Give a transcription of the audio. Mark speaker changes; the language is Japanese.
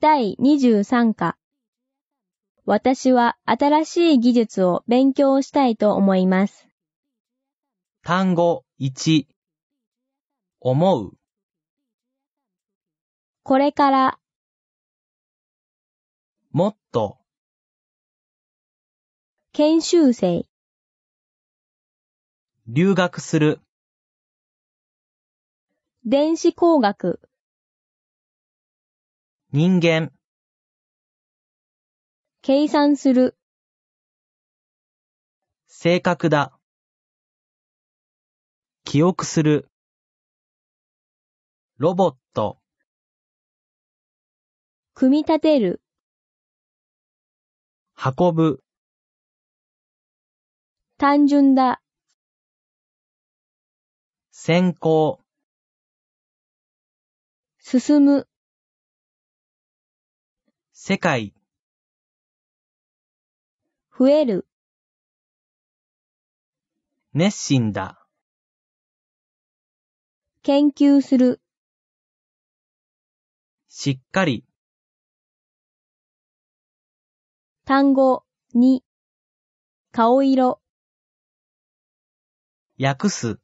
Speaker 1: 第23課。私は新しい技術を勉強したいと思います。
Speaker 2: 単語1、思う、
Speaker 1: これから、
Speaker 2: もっと、
Speaker 1: 研修生、
Speaker 2: 留学する、
Speaker 1: 電子工学、
Speaker 2: 人間、
Speaker 1: 計算する、
Speaker 2: 正確だ。記憶する。ロボット、
Speaker 1: 組み立てる、
Speaker 2: 運ぶ、
Speaker 1: 単純だ、
Speaker 2: 先行、
Speaker 1: 進む、
Speaker 2: 世界、
Speaker 1: 増える、
Speaker 2: 熱心だ。
Speaker 1: 研究する、
Speaker 2: しっかり、
Speaker 1: 単語、に、顔色、
Speaker 2: 訳す、